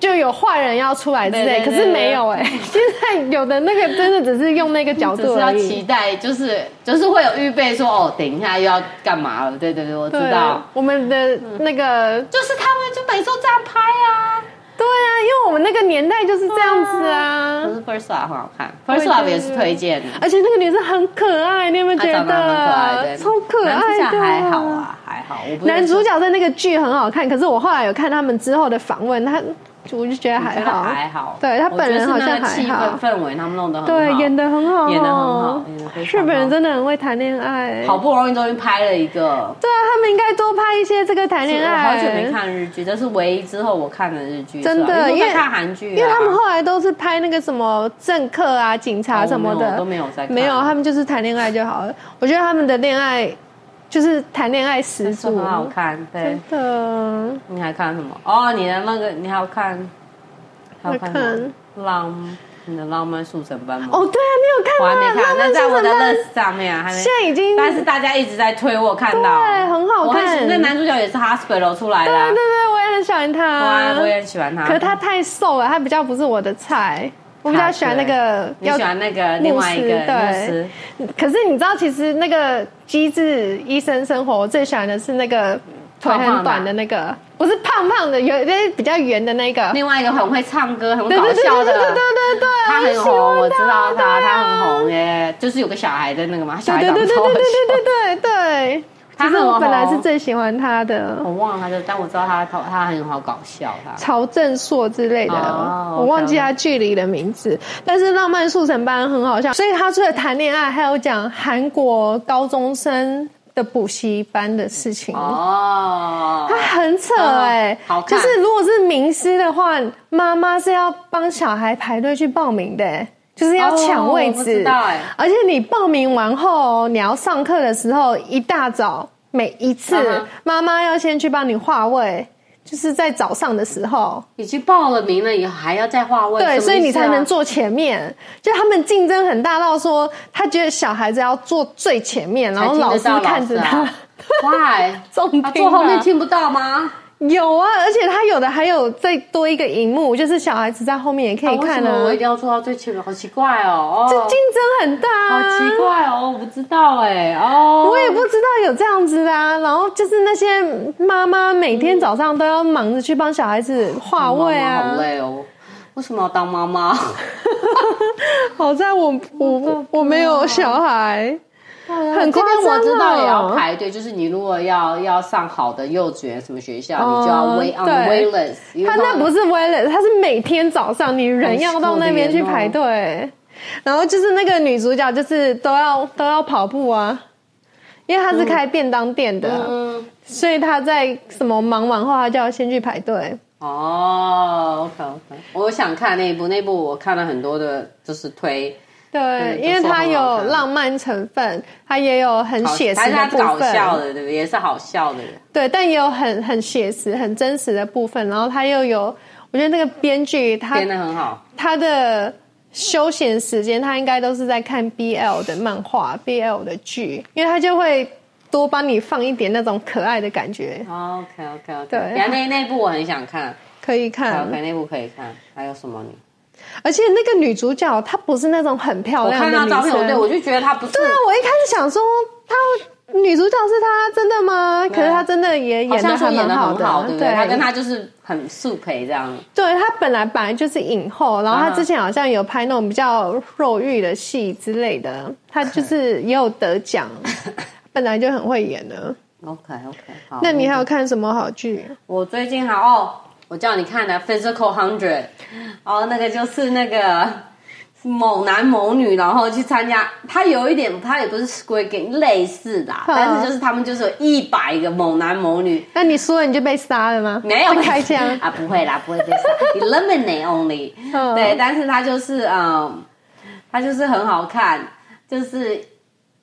B: 就有坏人要出来之类，
A: 对对对
B: 可是没有哎、 现在有的那个真的只是用那个角
A: 只
B: 度
A: 是要
B: 而
A: 期
B: 已。
A: 待，就是就是会有预备说哦，等一下又要干嘛了？对对对，我知
B: 对
A: 道，，嗯
B: 我们的那个、
A: 就是他们就每次都这样拍啊。
B: 对啊，因为我们那个年代就是这样子啊。
A: 可是 First Love 很好看
B: 对
A: ，First
B: 对
A: Love 也是推荐的，
B: 而且那个女生很可爱，你有没有
A: 他
B: 觉
A: 长
B: 得？
A: 得蛮可爱的，
B: 超可爱的。
A: 男主角还好。啊，还好。我不是
B: 男主角在那个剧很好看，可是我后来有看他们之后的访问，他我就觉得还
A: 真的
B: 好，
A: 嗯
B: 啊
A: 还好，
B: 对他本人好像
A: 我觉得
B: 还
A: 是那个
B: 好
A: 气，氛氛围他们弄得很好，
B: 对，演的很好哦，
A: 演得很好演得非常好
B: 日本人真的很会谈恋爱，
A: 好不容易终于拍了一个。
B: 对啊，他们应该多拍一些这个谈恋
A: 我好
B: 爱。
A: 久没，看日剧，这是唯一之后我看的日剧，
B: 真的
A: 是吧因为
B: 因为
A: 我在看韩剧啊，
B: 因为他们后来都是拍那个什么政客啊、警察什么
A: 哦我没有
B: 的，
A: 我都没有在看
B: 没有，他们就是谈恋爱就好了。我觉得他们的恋爱就是谈恋爱十
A: 是
B: 足，
A: 很好看。对
B: 真，的。
A: 你还看什么？哦，你的那个你还要看，还要看什
B: 我看
A: 么？浪，你的浪漫速成班吗？
B: 哦，对啊，你有看
A: 我
B: 吗？
A: 还没看，
B: 浪漫
A: 那在我的
B: 先生班
A: list 上面啊，还没
B: 现。在已经
A: 但是大家一直在推，我看到，
B: 对很好看
A: 我喜那男主角也是 Hospital 出来的啊
B: 对对，对，我也很喜欢
A: 我
B: 他
A: 还，我也很喜欢他。
B: 可是他太瘦了，他比较不是我的菜，我比较喜欢那个
A: 你喜欢那个另外一个
B: 牧师对
A: 牧师，
B: 可是你知道，其实那个《机智医生生活》，我最喜欢的是那个腿很短的那个，不是胖胖的，有点比较圆的那个。
A: 另外一个很会唱歌、很
B: 对
A: 搞
B: 对对
A: 笑
B: 对对对
A: 的，
B: 对对，
A: 他很红，我知道
B: 对
A: 他，
B: 啊
A: 他很红耶，就是有个小孩的那个嘛，他小孩
B: 对
A: 长
B: 对
A: 得
B: 对
A: 超
B: 对
A: 好
B: 对
A: 笑。
B: 对对对对。
A: 他
B: 其
A: 很
B: 实我本来是
A: 红
B: 最喜欢他的
A: 我忘了他的，但我知道他他他很好搞笑，他
B: 曹正硕之类的，
A: 哦
B: 我忘记
A: OK，OK
B: 他剧里的名字。但是《浪漫速成班》很好笑，所以他除了谈恋爱，还有讲韩国高中生的补习班的事情。
A: 哦，
B: 他很扯哎、
A: 嗯好
B: 就
A: 看
B: 是如果是名师的话，妈妈是要帮小孩排队去报名的、欸就是要抢位
A: 哦我不知
B: 置。
A: 道欸
B: 而且你报名完后，你要上课的时候，一大早每一
A: 嗯
B: 次
A: 哼
B: 妈妈、要先去帮你划位，就是在早上的时候，
A: 已经报了名了，以后还要再画位，
B: 对，
A: 哦什
B: 所
A: 么意思啊
B: 以你才能。坐前面。就他们竞争很大到说，他觉得小孩子要坐最前面，然后老师看着他。
A: Why？
B: 重听
A: 啊他坐后
B: 吧
A: 面听不到吗？
B: 有啊，而且它有的还有再多一个荧幕，就是小孩子在后面也可以
A: 啊为什
B: 看
A: 么
B: 啊
A: 我一。定要坐到最前面，好奇怪哦！
B: 这
A: 哦，
B: 竞争很大、
A: 好
B: 啊，
A: 奇怪哦，我不知道哎哦，
B: 我也不知道有这样子的啊。然后就是那些妈妈每天早上都要忙着去帮小孩子
A: 妈
B: 化
A: 妈
B: 位啊
A: 好。累哦。为什么要当妈妈？
B: 好在我我我没有小孩，很
A: 这边
B: 夸张、哦、
A: 我知道也啊要排队，就是你如果要要上好的幼稚园什么学校，
B: 哦
A: 你就要 wait on
B: 对
A: wait list 因为
B: 他
A: 他。
B: 那不是为了，他是每天早上你人要到那边去排队，然后就是那个女主角就是都要都要跑步啊，因为她是开便当店的，
A: 嗯
B: 所以她在什么忙完后，她就要先去排队。
A: 哦，OK OK，我想看那一部，那一部我看了很多的，就是推
B: 对，
A: 嗯
B: 因为它
A: 都说很好
B: 有
A: 看
B: 浪漫成分，它也有很
A: 好
B: 写实
A: 大
B: 的
A: 家
B: 部
A: 搞笑
B: 分，
A: 的，对不对？也是好笑的。
B: 对，但也有很很写实、很真实的部分。然后它又有，我觉得那个编剧他
A: 编的很好，
B: 他的休闲时间，他应该都是在看 BL 的漫画、BL 的剧，因为他就会多帮你放一点那种可爱的感觉，
A: OK OK OK，
B: 对嗯
A: 然后那那部我很想看
B: 可以
A: ，OK
B: 看。
A: OK，那部可以看。还有什么你？
B: 而且那个女主角她不是那种很漂
A: 我
B: 亮的
A: 看
B: 女
A: 到
B: 生，
A: 照片，我对我就觉得他不是，
B: 对啊，我一开始想说她女主角是她，真的吗？可是她真的也
A: 好
B: 演
A: 像
B: 的
A: 说
B: 还
A: 演
B: 蛮
A: 的很
B: 的，
A: 好，对不对？
B: 对
A: 他跟他就是很速配这样，
B: 对她本来本来就是影后，然后她
A: 啊
B: 之前好像有拍那种比较肉欲的戏之 类的，她就是也有得奖，本来就很会演的。
A: OK OK，好。
B: 那你还有看什么好剧？
A: 我最近还哦，我叫你看的《Physical Hundred》，哦，那个就是那个某男某女，然后去参加，他有一点，他也不是 Squid Game 类似的啊，
B: 嗯
A: 但是就是他们就是有一百个某男某女，
B: 那你输了你就被杀了吗？
A: 没有
B: 被开枪
A: 啊，不会啦，不会被杀，eliminate only。
B: 嗯
A: 对，但是他就是嗯，他就是很好看，就是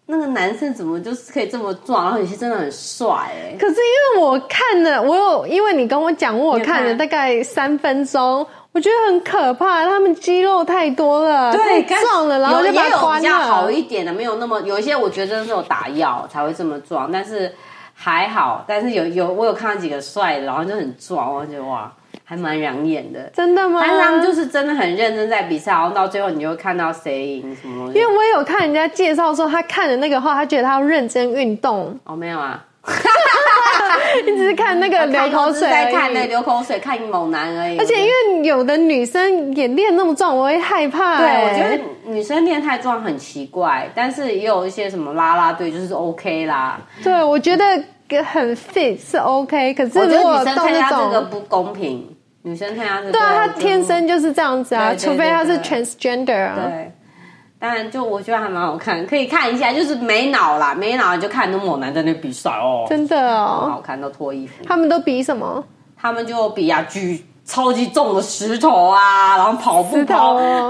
A: 那个男生怎么就是可以这么壮，然后有些真的很帅哎、
B: 可是因为我看了，我有因为你跟我讲，我
A: 你有看
B: 看了大概三分钟，我觉得很可怕，他们肌肉太多了，太
A: 但
B: 壮了，然后
A: 啊有
B: 就把
A: 也
B: 它
A: 有
B: 关
A: 比较好
B: 了。
A: 一点的，没有那么有一些我觉得真的是有打药才会这么壮，但是还好，但是有有我有看到几个帅的，然后就很壮，我就觉得哇，还蛮养眼的。
B: 真的吗？
A: 但是他们就是真的很认真在比赛，然后到最后你就会看到谁赢什么东西
B: 因。为我也有看人家介绍说，他看了那个后，他觉得他要认真运动，
A: 哦，没有啊，
B: 一直看那个流
A: 看
B: 口
A: 都是
B: 水
A: 在看
B: 而
A: 那
B: 已
A: 流口水，看猛男而已。
B: 而且因为有的女生也练那么壮，我会害怕、
A: 对，我觉
B: 欸
A: 得女生练太壮很奇怪，但是也有一些什么啦啦队就是 OK 啦。
B: 对，我觉得很 fit 是 OK，可是
A: 我觉
B: 如
A: 得
B: 果
A: 女生
B: 到
A: 参
B: 那
A: 加这
B: 种
A: 个不公平，女生参加这个
B: 对啊，他
A: 就
B: 天生就是这样子啊，
A: 对对对
B: 除非他
A: 对
B: 是 transgender 啊。
A: 对。当然，就我觉得还蛮好看，可以看一下，就是没脑啦，没脑就看那猛男在那比赛哦，
B: 真的
A: 很
B: 哦。
A: 好看，都脱衣服。
B: 他们都比什么？
A: 他们就比啊举超级重的石头啊，然后跑步
B: 石头哦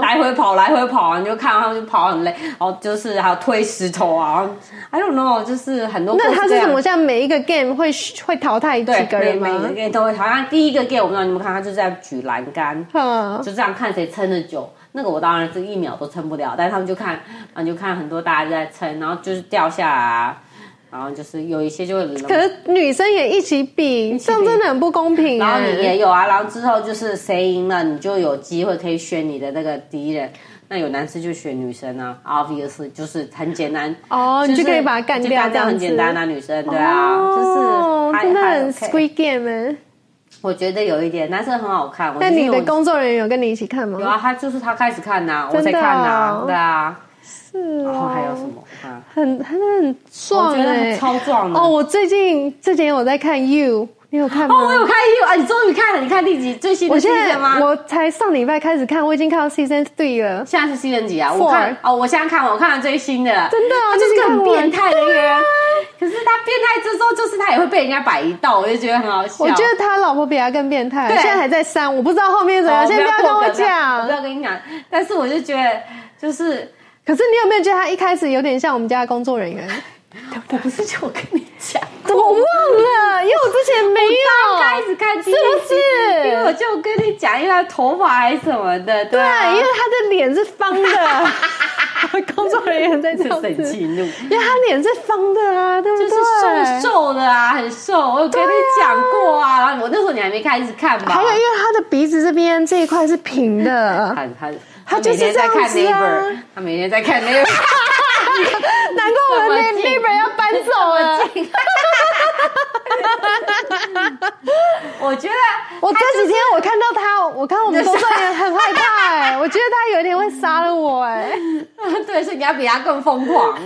A: 跑来回跑来回跑啊，你就看到他们就跑很累，然后就是还有推石头啊然后，I don't know，就是很多
B: 那他
A: 各式各
B: 是
A: 样
B: 怎么像每一个 game 会会淘汰
A: 对
B: 几个人
A: 每每个
B: 吗？
A: game 都会，好像第一个 game 我不知道你们看，他就在举栏杆，
B: 嗯，
A: 就这样看谁撑得久。那个我当然是一秒都撑不了，但是他们就看，然后就看很多大家在撑，然后就是掉下来啊，然后就是有一些就会
B: 可是女生也一起比，
A: 起比
B: 这样真的很不公平
A: 然
B: 啊
A: 后！你也有啊，然后之后就是谁赢了，你就有机会可以选你的那个敌人。那有男生就选女生啊，obviously 就是很简单
B: 哦你
A: 是
B: 就可以把它干掉
A: 就干
B: 这样子
A: 很简单啊，女生对啊，
B: 哦
A: 就是还
B: 真的
A: 还
B: 很
A: OK
B: squid game 欸
A: 我觉得有一点，但是很好看。我
B: 那你
A: 因为
B: 的
A: 我
B: 工作人员有跟你一起看
A: 有
B: 吗？
A: 啊，他就是他开始看呐、我
B: 真的
A: 在看呐、
B: 哦
A: 对啊，
B: 是
A: 然后
B: 哦，
A: 还有什么啊？
B: 很很很
A: 我
B: 壮
A: 觉得
B: 哎，
A: 超壮的
B: 哦！我最近之前我在看 You，你有看吗？
A: 哦，我有看 You 啊，你终于看了，你看第几最新
B: 我
A: 的 s
B: 现
A: e
B: 在
A: 吗？
B: 我才上礼拜开始看，我已经看到 season three 了。
A: 现在是新人集啊，我
B: Four
A: 看哦，我现在看完，我看了最新的，
B: 真的啊
A: 他就是
B: 你
A: 个
B: 看
A: 很
B: 完啊
A: 变态的一个人。可是他变态之后，就是他也会被人家摆一道，我就觉得很好笑。
B: 我觉得他老婆比他更变态，
A: 对
B: 现在还在删，我不知道后面怎样，
A: 哦
B: 啊先不要
A: 破
B: 跟我
A: 梗我不
B: 讲。
A: 要跟你讲。但是我就觉得，就是
B: 可是你有没有觉得他一开始有点像我们家的工作人员？
A: 我不是就跟你讲，
B: 我忘了，因为我之前没有。
A: 开始看第一集
B: 是不是
A: 因为我就跟你讲，因为他头发还是什么的，对啊
B: 对，因为他的脸是方的， 工作人员在 这样
A: 真
B: 子，
A: 是很
B: 因
A: 激怒。
B: 为他脸是方的啊，对不
A: 就
B: 对？
A: 是瘦瘦的啊，很瘦，我有跟你讲过啊。然后我那时候你还没开始看吧？
B: 还有，因为他的鼻子这边这一块是平 的，
A: 他他
B: 他就
A: 每
B: 是
A: 天在
B: 这样
A: 看
B: 子啊
A: Neighbor，他每天在看 Neighbor。
B: 难
A: 这
B: 怪我的
A: 么
B: n
A: 近
B: e i g h 要搬走 了。
A: 我觉得
B: 我这几天我看到他，我看我们工作人员很害怕哎、我觉得他有一天会杀了我哎、
A: 对，所以你要比他更疯狂，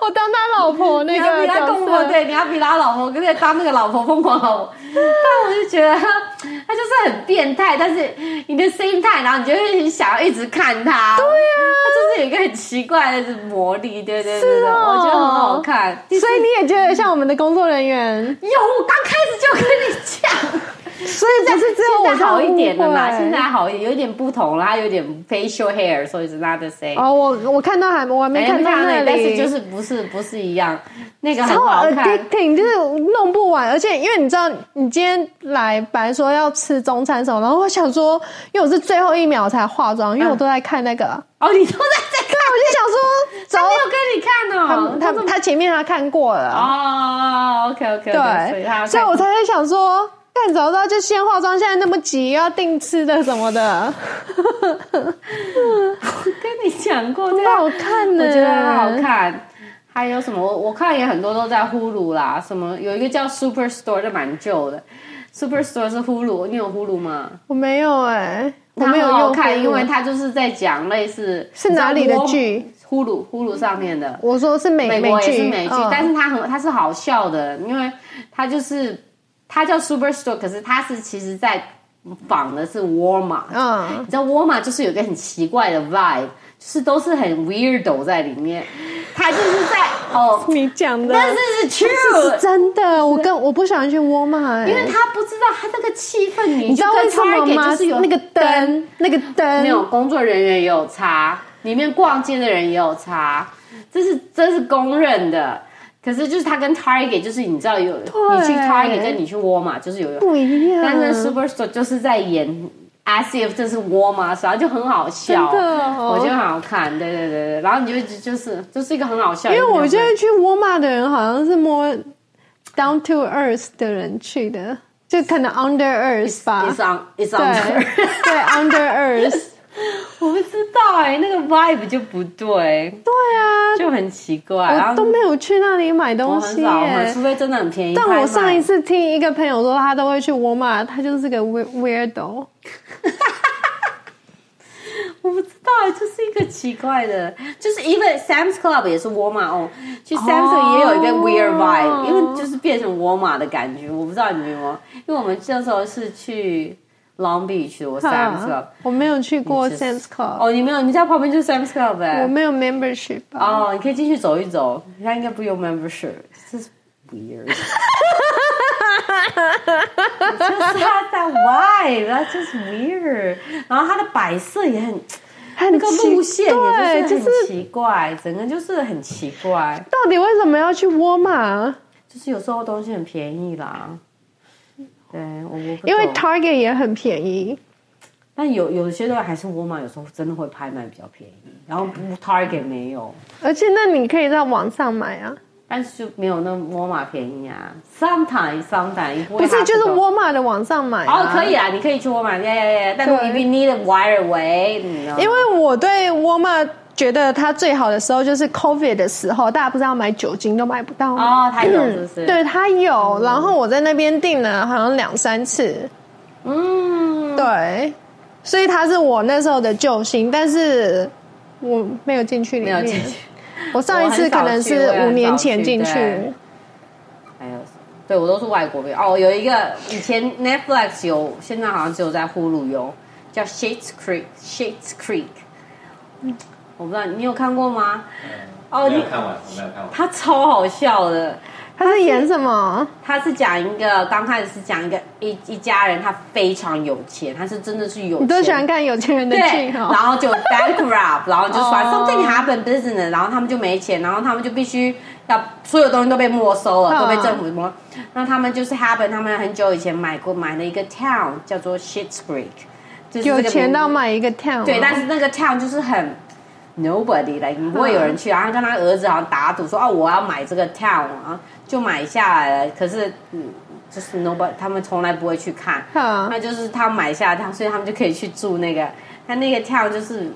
B: 我当他老婆
A: 你
B: 那
A: 要
B: 个
A: 比他
B: 角
A: 更疯，
B: 色，
A: 对，你要比他老婆，跟那当那个老婆疯狂老 婆。但我就觉得他就是很变态，但是你的心态，然后你就会想要一直看他。对
B: 啊
A: 呀、他就是有一个很奇怪的魔力，对对对对，
B: 是哦
A: 我觉得很好看。
B: 所以你也觉得像我们的工作人员，
A: 有，我刚开始就跟你讲。
B: 所以不是只有我
A: 现在好一点了啦，
B: 看
A: 现在好一点，有一点不同了，它有点 facial hair，所以是 not the same。
B: 哦，我我看到还我还没
A: 哎
B: 看到那里，
A: 但是就是不是不是一样，那个很
B: 超
A: 好看。
B: addicting，就是弄不完。而且因为你知道，你今天来本来说要吃中餐什么，然后我想说，因为我是最后一秒才化妆，因为我都在看那 个，
A: 哦，你都在 这看，
B: 我就想说，
A: 他
B: 走
A: 没。有跟你看哦。
B: 他他他前面他看过了，
A: 哦，OK OK，
B: 对
A: 所以他，
B: 所以我才在想说，干早知道就先化妆，现在那么急，又要订吃的什么 的，
A: 跟你讲过，这
B: 很好看呢、
A: 我觉得很
B: 嗯
A: 好。看。还有什么？我我看也很多都在呼噜啦，什么有一个叫 Superstore，这蛮旧的。Superstore 是呼噜，你有呼噜吗？
B: 我没有哎、我
A: 它
B: 没有
A: 很好
B: 用
A: 看，因为
B: 它
A: 它就是在讲类似
B: 是哪里的？剧？
A: 呼噜呼噜上面的，
B: 我说是美
A: 美国也
B: 剧，
A: 是美剧，
B: 嗯
A: 但是它很它是好笑的，因为它就是它叫 Superstore，可是它是其实在仿的是 Walmart。
B: 嗯，
A: 你知道沃尔玛就是有一个很奇怪的 vibe，就是都是很 weirdo 在里面，他就是在哦，
B: 你讲的，
A: 但是是
B: 是
A: true，
B: 真的，我跟我不喜欢去沃尔玛、欸，
A: 因为他不知道他那个气氛，你
B: 你知
A: 就
B: 道
A: 跟
B: 为什么
A: Target
B: 吗？
A: 就是有
B: 那个灯，那个灯
A: 没有工作人员也有差，里面逛街的人也有差，这是这是公认的。可是就是他跟 Target 就是你知道有，你去 Target 跟你去沃尔玛就是有有
B: 不一样。
A: 但是 Superstore 就是在演 as if 这是 Walmart，然后就很好笑，
B: 真的哦
A: 我觉得很好看，对对对对，然后你就就是就是一个很好笑，
B: 因为我
A: 就
B: 觉得去沃尔玛的人好像是 more down to earth 的人去的，就可能 under earth 吧
A: it's。on it's
B: 对
A: on，
B: 对，under earth。
A: 我不知道哎、那个 vibe 就不对，
B: 对
A: 就很奇怪，
B: 啊，
A: 然
B: 我都
A: 后
B: 没有去那里买
A: 我
B: 东
A: 很
B: 西
A: 少买，
B: 耶
A: 除。非真的很便宜。
B: 但我上一
A: 次
B: 次听一个朋友说，他都会去沃尔玛，他就是个 weir- weirdo。
A: 我不知道哎、就是一个奇怪的，就是因为 Sam's Club 也是 Walmart 哦，其实 Sam's Club 也有一个 weird vibe，、因为就是变成 Walmart 的感觉，我不知道你们有没有，因为我们那时候是去 Long Beach 的，我 Sam's Club。
B: 啊我没有去过
A: 你是
B: Sam's Club，
A: 哦，你没有，你家旁边就是 Sam's Club 哎、
B: 我没有 membership 啊吧。
A: 哦，你可以进去走一走，它应该不用 membership，这是 weird。就是它在 why，然后就是 weird，然后它的摆设也很，
B: 很
A: 那个路线也就
B: 对，就是是
A: 很奇怪，整个就是很奇怪，
B: 到底为什么要去沃尔玛？
A: 就是有时候东西很便宜啦。对，我我不
B: 因为
A: 懂
B: Target 也很便宜，
A: 但有有些的还是沃尔玛，有时候真的会拍卖比较便宜，然后不 Target 没有，
B: 而且那你可以在网上买啊，
A: 但是就没有那沃尔玛便宜啊。Sometimes sometimes 不
B: 不是就是
A: 我
B: 沃尔玛的网上买、啊。
A: 哦，可以。啊，你可以去沃尔玛，耶耶耶！但是
B: 对
A: if you need a wire way，你知道吗
B: 因为我对沃尔玛觉得它最好的时候就是 COVID 的时候，大家不是要买酒精都买不到吗？
A: 哦，它有是不是？，
B: 嗯对，它有。然后我在那边订了好像两三次，
A: 嗯，
B: 对，所以它是我那时候的救星，但是我没有进去里
A: 没有
B: 面。
A: 进去。
B: 我上一次可能
A: 我很
B: 是
A: 少去我也很少
B: 五年前进
A: 去对还有什么，对我都是外国片哦。有一个以前 Netflix 有，现在好像只有在呼噜有，叫 Shades Creek。Shades Creek，我不知道你有看过吗？哦，
C: 我没
A: 你
C: 有看完，我没有看完。
A: 他超好笑的。
B: 他是演什么？
A: 他是讲一个，刚开始是讲一个一一家人，他非常有钱，他是真的是有钱。
B: 你都喜欢看有钱人的
A: 对，
B: 剧
A: 然
B: 哦。
A: 后就 bankrupt，然后就说
B: 哦
A: something happened business，然后他们就没钱，然后他们就必须要所有东西都被没收了，
B: 嗯
A: 都被政府没。那他们就是 happen，他们很久以前买过买了一个 town 叫做 Shit Creek，就是这个
B: 有
A: 名字
B: 钱到买一个 town，
A: 对，但是那个 town 就是很 nobody，like 不会有人去。
B: 嗯
A: 然后跟他儿子好像打赌说，哦，我要买这个 town，然后就买下来了。可是，嗯，就是 nobody，他们从来不会去看。
B: 嗯
A: 那就是他买下了 town，所以他们就可以去住那个。他那个 town 就是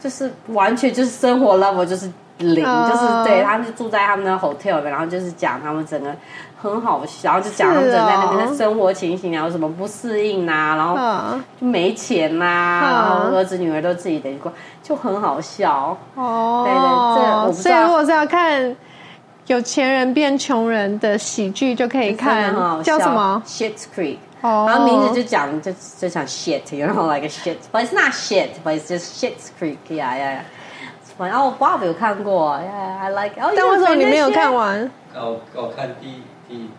A: 就是完全就是生活 level 就是零，
B: 嗯
A: 就是对，他们就住在他们的 hotel 里面，然后就是讲他们整个很好笑，然后就讲他们整个在那边的生活情形，然啊后什么不适应啊，然后
B: 嗯，
A: 就没钱啦、
B: 嗯
A: 然后儿子女儿都自己得过，就很好笑。对对这我
B: 哦
A: 不，知
B: 所以
A: 道
B: 如果是要看有钱人变穷人的喜剧，就可以
A: 真
B: 看
A: 的很好笑
B: 叫什么？
A: ？Shit Creek。
B: 哦，
A: 然后名字就讲就就讲 shit，you know like a shit，but it's not shit，but it's just shit creek，yeah yeah yeah。反正哦，Bob 有看过，yeah，I like。哦，
B: 但为什么你没有看？完？
C: 我我哦看第第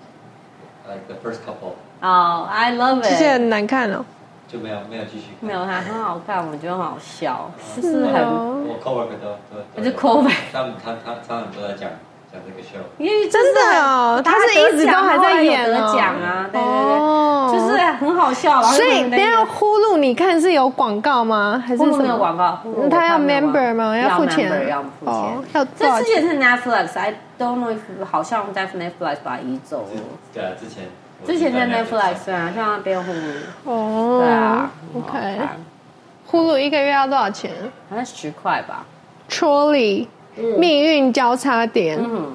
C: 呃 the first couple
A: 哦，I love
B: 这些
A: it。
B: 很难看哦。
C: 就没有没有继续看。
A: 没有，它很好看，我觉得很好笑，
C: 嗯
A: 就是
B: 是
A: 很
B: 哦
C: 我 coworker 都都
A: 我
C: 都
A: 就 coworker
C: 他们他他他们都在讲讲这个 show。
A: 因为
B: 真的哦，
A: 他
B: 他是一直都还在演
A: 得
B: 哦
A: 奖啊，对对
B: 哦，
A: 对，就是很好笑。然后
B: 所以
A: 他们在
B: 等一下呼噜，你看是有广告吗？还是
A: 呼
B: 什
A: 噜没有
B: 么？
A: 广告，呼噜我
B: 他要
A: 看没有广告
B: member 吗？
A: 要
B: 付钱
A: member，？要付
B: 哦
A: 钱。，
B: 要多
A: 这
B: 少
A: 之
B: 钱？
A: 前是 Netflix，I don't know if 好像在 Netflix 把它移走了。
C: 对啊，之前
A: 之前在 Netflix 啊，像那边有 Hulu，
B: 哦，
A: 对啊
B: ，OK，
A: 很好看
B: 呼噜一个月要多少钱
A: 好像十块吧。
B: ？Trolley，、命运交叉点。
A: 嗯，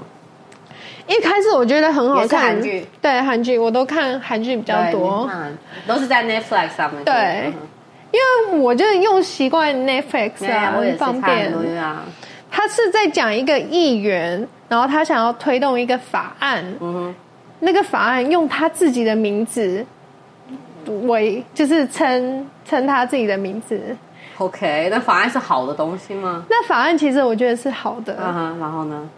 B: 一开始我觉得很好
A: 也是
B: 看，
A: 韩剧
B: 对韩剧我都看韩剧比较
A: 嗯对
B: 多
A: 你。看都是在 Netflix 上面。
B: 对因为我就是用习惯 Netflix
A: 对啊
B: 啊，，
A: 我也是
B: 很方
A: 看
B: 便。
A: 很多啊。
B: 他是在讲一个议员，然后他想要推动一个法案，
A: 嗯哼，
B: 那个法案用他自己的名字为，就是称称他自己的名字。
A: OK，那法案是好的东西吗？
B: 那法案其实我觉得是好的，
A: 嗯哼，然后呢？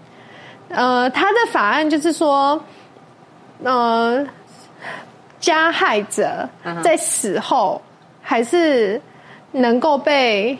B: 呃，他的法案就是说，呃，加害者
A: 嗯哼
B: 在死后还是能够被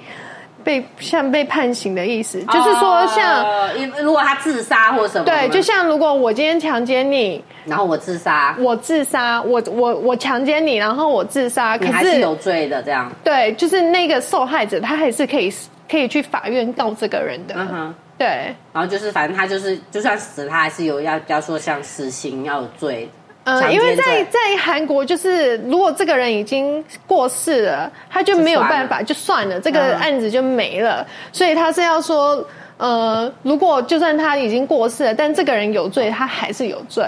B: 被像被判刑的意思，就是说像。
A: 呃因为如果他自杀或什么，
B: 对，就像如果我今天强奸你，
A: 然后我自杀，
B: 我自杀，我我我强奸你，然后我自杀，可
A: 你还
B: 是
A: 是有罪的这样。
B: 对，就是那个受害者他还是可以可以去法院告这个人的，
A: 嗯哼，
B: 对，
A: 然后就是反正他就是就算死了，他还是有要要说像死刑要有罪。强
B: 呃，
A: 奸
B: 因为
A: 罪
B: 在在韩国，就是如果这个人已经过世了，他就没有办法，就算了，这个
A: 嗯
B: 案子就没了。所以他是要说，呃，如果就算他已经过世了，但这个人有罪，他还是有罪。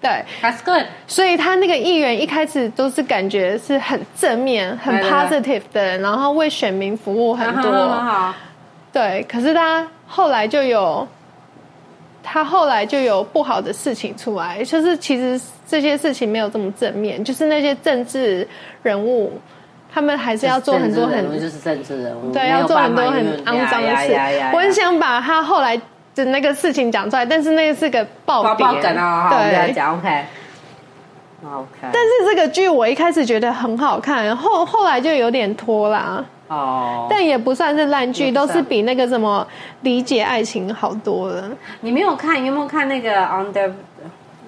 B: 对，
A: That's good。
B: 所以他那个议员一开始都是感觉是很正面、很
A: 对对嗯对
B: positive 的人，然后为选民服务很多。
A: 好，
B: 对，可是他后来就有，他后来就有不好的事情出来，就是其实这些事情没有这么正面，就是那些政治人物，他们还是要做很多
A: 政治人物
B: 很
A: 就是政治人物，
B: 对，
A: 没
B: 要
A: 有
B: 做
A: 办
B: 很
A: 法
B: 多很
A: 因为
B: 肮脏的
A: 呀
B: 事
A: 呀呀呀。
B: 我很想把他后来的那个事情讲出来，但是那个是个爆
A: 爆
B: 点，
A: 爆梗啊，好，我们来
B: 对。
A: 讲 OK。OK，
B: 但是这个剧我一开始觉得很好看，后后来就有点拖啦，
A: 哦，
B: 但也不算是烂剧，
A: 也不
B: 都
A: 算
B: 是比那个什么理解爱情好多了。
A: 你没有看，你有没有看那个 Under，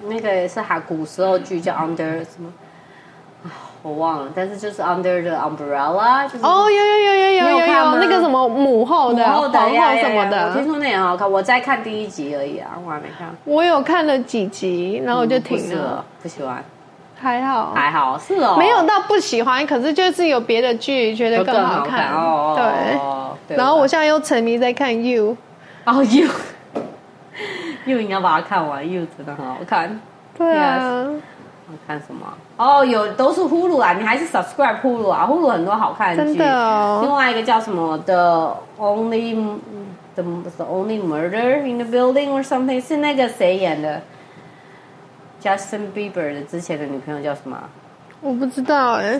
A: 那个也是韩古时候剧叫 Under 什么？啊我忘了，但是就是 Under the Umbrella，就是
B: 哦，有有有有有
A: 你有
B: 有
A: 看吗
B: 那个什么母后的、
A: 母后的
B: 皇
A: 呀
B: 后
A: 呀
B: 什么
A: 呀我听
B: 的，
A: 说那也很好看，我在看第一集而已啊，我还没看，
B: 我有看了几集，然后我就
A: 嗯不
B: 停
A: 适合
B: 了，，
A: 不喜欢，
B: 还好，
A: 还好是哦，
B: 没有到不喜欢，可是就是有别的剧觉得
A: 就更
B: 好
A: 好看哦，哦
B: 对，然后我现在又沉迷在看 You，
A: 哦 you you 你要把它看完，you 真的很好看。
B: 对啊
A: 我看什么？哦，有都是呼噜啊，你还是 subscribe 呼噜啊，呼噜很多好看的剧。
B: 真的哦
A: 另外一个叫什么 The Only The The Only Murder in the Building or something，是那个谁演的？Justin Bieber 的之前的女朋友叫什么啊？
B: 我不知道哎、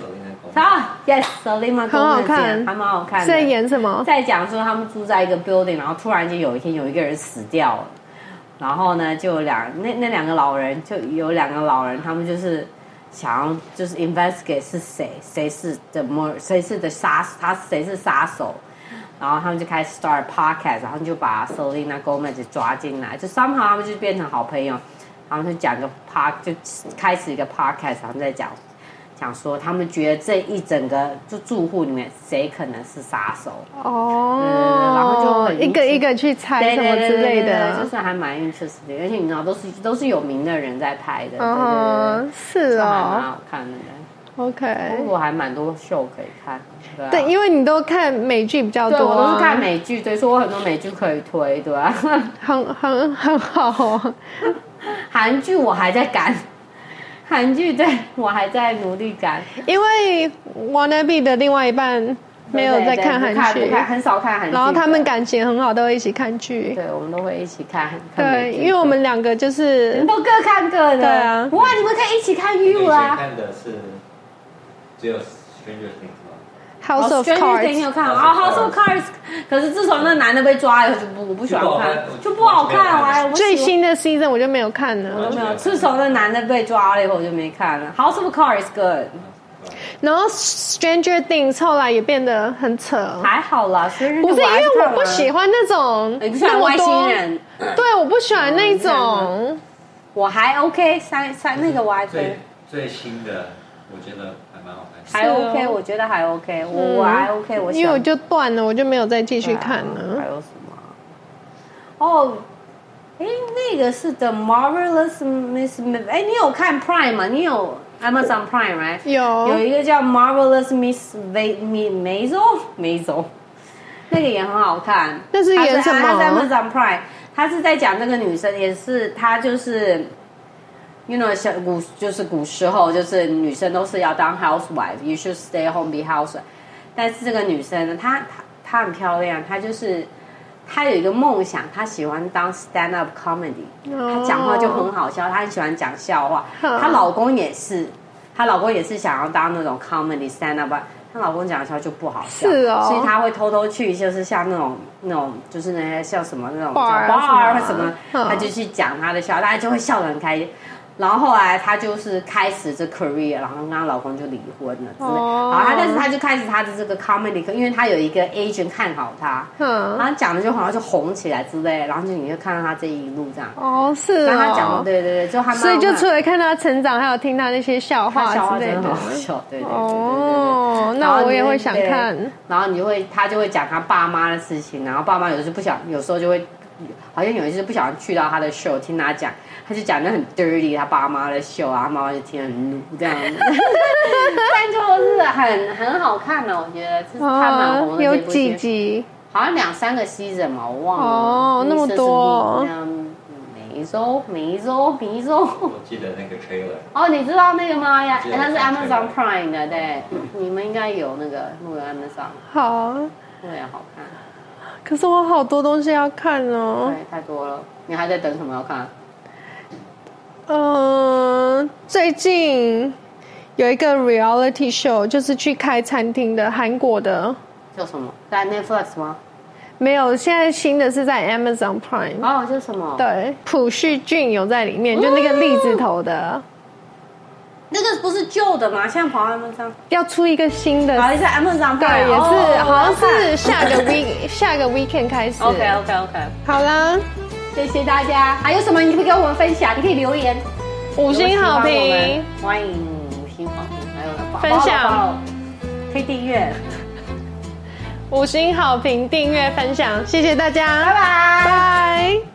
A: 啊，Yes，Selena
B: 很好看
A: 还蛮好看的。
B: 是在演什么？
A: 在讲说他们住在一个 building，然后突然间有一天有一个人死掉了，然后呢，就有两那那两个老人就有两个老人，他们就是想要就是 investigate 是谁谁是的 mur 谁是的杀他谁是杀手，然后他们就开始 start podcast，然后就把 Selena Gomez 抓进来，就 somehow 他们就变成好朋友，然后就讲个 pod 就开始一个 podcast，然后再讲讲说他们觉得这一整个就住户里面谁可能是杀手。
B: 哦，
A: 然后就很
B: 一个一个去猜
A: 对
B: 什
A: 对
B: 么
A: 对
B: 之
A: 对
B: 类
A: 对对
B: 的
A: 就，是还蛮 interesting，而且你知道都是都是有名的人在拍的，对对对对
B: 嗯，是
A: 对，还蛮
B: 哦
A: 好看的。
B: ，OK，
A: 不过还蛮多秀可以看的，
B: 对，
A: 对啊。
B: 因为你都看美剧比较多、
A: 对，
B: 啊，
A: 我都是看美剧，所以说我很多美剧可以推，对吧、
B: 很很很好、 哦，
A: 韩剧我还在赶，韩剧对我还在努力赶，
B: 因为 Wanna Be 的另外一半没有在看
A: 对对
B: 韩
A: 不看不
B: 剧，
A: 看很少看韩剧。
B: 然后他们
A: 对，
B: 感情很好，都会一起看剧。
A: 对我们都会一起看。看美
B: 对，
A: 剧
B: 因为我们两个就
A: 你
B: 是
A: 们都各看各的，
B: 对啊
A: 哇，你们可以一起看
C: 因为
A: You
C: 以前
A: 啊，
C: 看的是只有 Stranger Things 吗？
B: House of
A: Things 有
B: Cards，
A: 看啊
C: House
A: ，House
C: of
A: of Cards。可是自从那男的被抓了，就不我不喜欢看，就
C: 就
A: 不
C: 不
A: 好
C: 好看
A: 看
C: 我
A: 啊。我
B: 最
A: 喜欢
B: 新的 season 我就没有看了。
A: 没有，自从那男的被抓了以后，我就没看了。House of Cards good，
B: 然后 Stranger Things 后来也变得很扯，
A: 还好啦。所以
B: 不是因为我不喜
A: 欢，
B: 欢那种
A: 哎你不喜
B: 那
A: 欢
B: 么
A: 外星
B: 多，
A: 人，
B: 对，我不喜欢那
A: 嗯
B: 种。
A: 我还 OK，三三哎那个我还可以
C: 最，最新的，我觉得还蛮好看的。
A: 还
B: 是哦嗯
A: OK，我觉得还 OK，我我还 OK，我
B: 因为我
A: 想
B: 就断了，我就没有再继续看
A: 对啊还
B: 了。
A: 有什么啊？哦，哎、哎，那个是 The Marvelous Miss Maisel。哎，你有看 Prime 吗？你有 Amazon Prime right？
B: 有
A: 啊有一个叫 Marvelous Miss Ve- Mi- Maisel Maisel，那个也很好看。
B: 那是演什么
A: 它在 Amazon Prime，它是在讲这个女生，也是她就是，you know，小古就是古时候，就是女生都是要当 housewife，you should stay home be housewife。但是这个女生呢，她她她很漂亮，她就是她有一个梦想，她喜欢当 stand up comedy，、
B: 哦
A: 她讲话就很好笑，她很喜欢讲笑话。
B: 哼
A: 她老公也是，她老公也是想要当那种 comedy stand up，她老公讲的笑就不好笑，
B: 是哦
A: 所以她会偷偷去，就是像那种那种就是那些像什么那种
B: Bar 啊
A: bar
B: 什
A: 什
B: 么
A: 么
B: 啊，嗯
A: 她就去讲她的笑，大家就会笑得很开心。然后后来她就是开始这 career，然后跟她老公就离婚了之类。
B: 哦
A: 好，她但是她就开始她的这个 comedy，因为她有一个 agent 看好她，然
B: 嗯，
A: 后讲的就好像就红起来之类，然后就你就看到她这一路这样。
B: 哦，是
A: 然后她讲的，
B: 哦，
A: 对对对，就她妈妈
B: 所以就除了看他成长，还有听他那些笑
A: 她
B: 话
A: 笑
B: 之
A: 话
B: 类
A: 真的
B: 的
A: 很。好笑，对对对对对对。
B: 哦，那我也会想看。
A: 然后你就会，他就会讲他爸妈的事情，然后爸妈有时不想，有时候就会，好像有一次不小心去到他的 show 听他讲，他就讲的很 dirty 他爸妈的 show 啊，他妈妈就听得很怒这样子，但就是很很好看的、我觉得这是他蛮红
B: 哦，
A: 的
B: 有
A: 这部
B: 几
A: 剧，
B: 集？
A: 好像两三个 season 嘛，我忘了
B: 哦那么多
A: 嗯，每一周每一周每一周。
C: 我记得那个 trailer，
A: 哦，你知道那个吗？呀，
C: 记得
A: 它是
C: 我看
A: Amazon
C: 过
A: Prime 的，对，你们应该有那个，那个 Amazon，
B: 好，
A: 那个也好看。
B: 可是我好多东西要看哦。
A: 对，太多了。你还在等什么要看？
B: 嗯，最近有一个 reality show，就是去开餐厅的，韩国的。
A: 叫什么？在 Netflix 吗？
B: 没有，现在新的是在 Amazon Prime。
A: 哦，这是什么？
B: 对，朴叙俊有在里面，就那个栗子头的，
A: 哦那个不是旧的吗？现在跑 Amazon，
B: 要出一个新的
A: 好，像是 Amazon
B: 对，
A: Prime，
B: 也是，
A: 哦
B: 好像是下个 week 下个 weekend 开始。
A: OK OK OK，
B: 好啦，
A: 谢谢大家。还有什么你可以跟我们分享？你可以留言。
B: 五星
A: 如
B: 好
A: 果喜欢我
B: 评
A: 们，，欢迎五星好评，还有
B: 分享，
A: follow，follow，follow，可以订阅，
B: 五星好评，订阅分享，谢谢大
A: 拜
B: 家，
A: 拜。
B: 拜。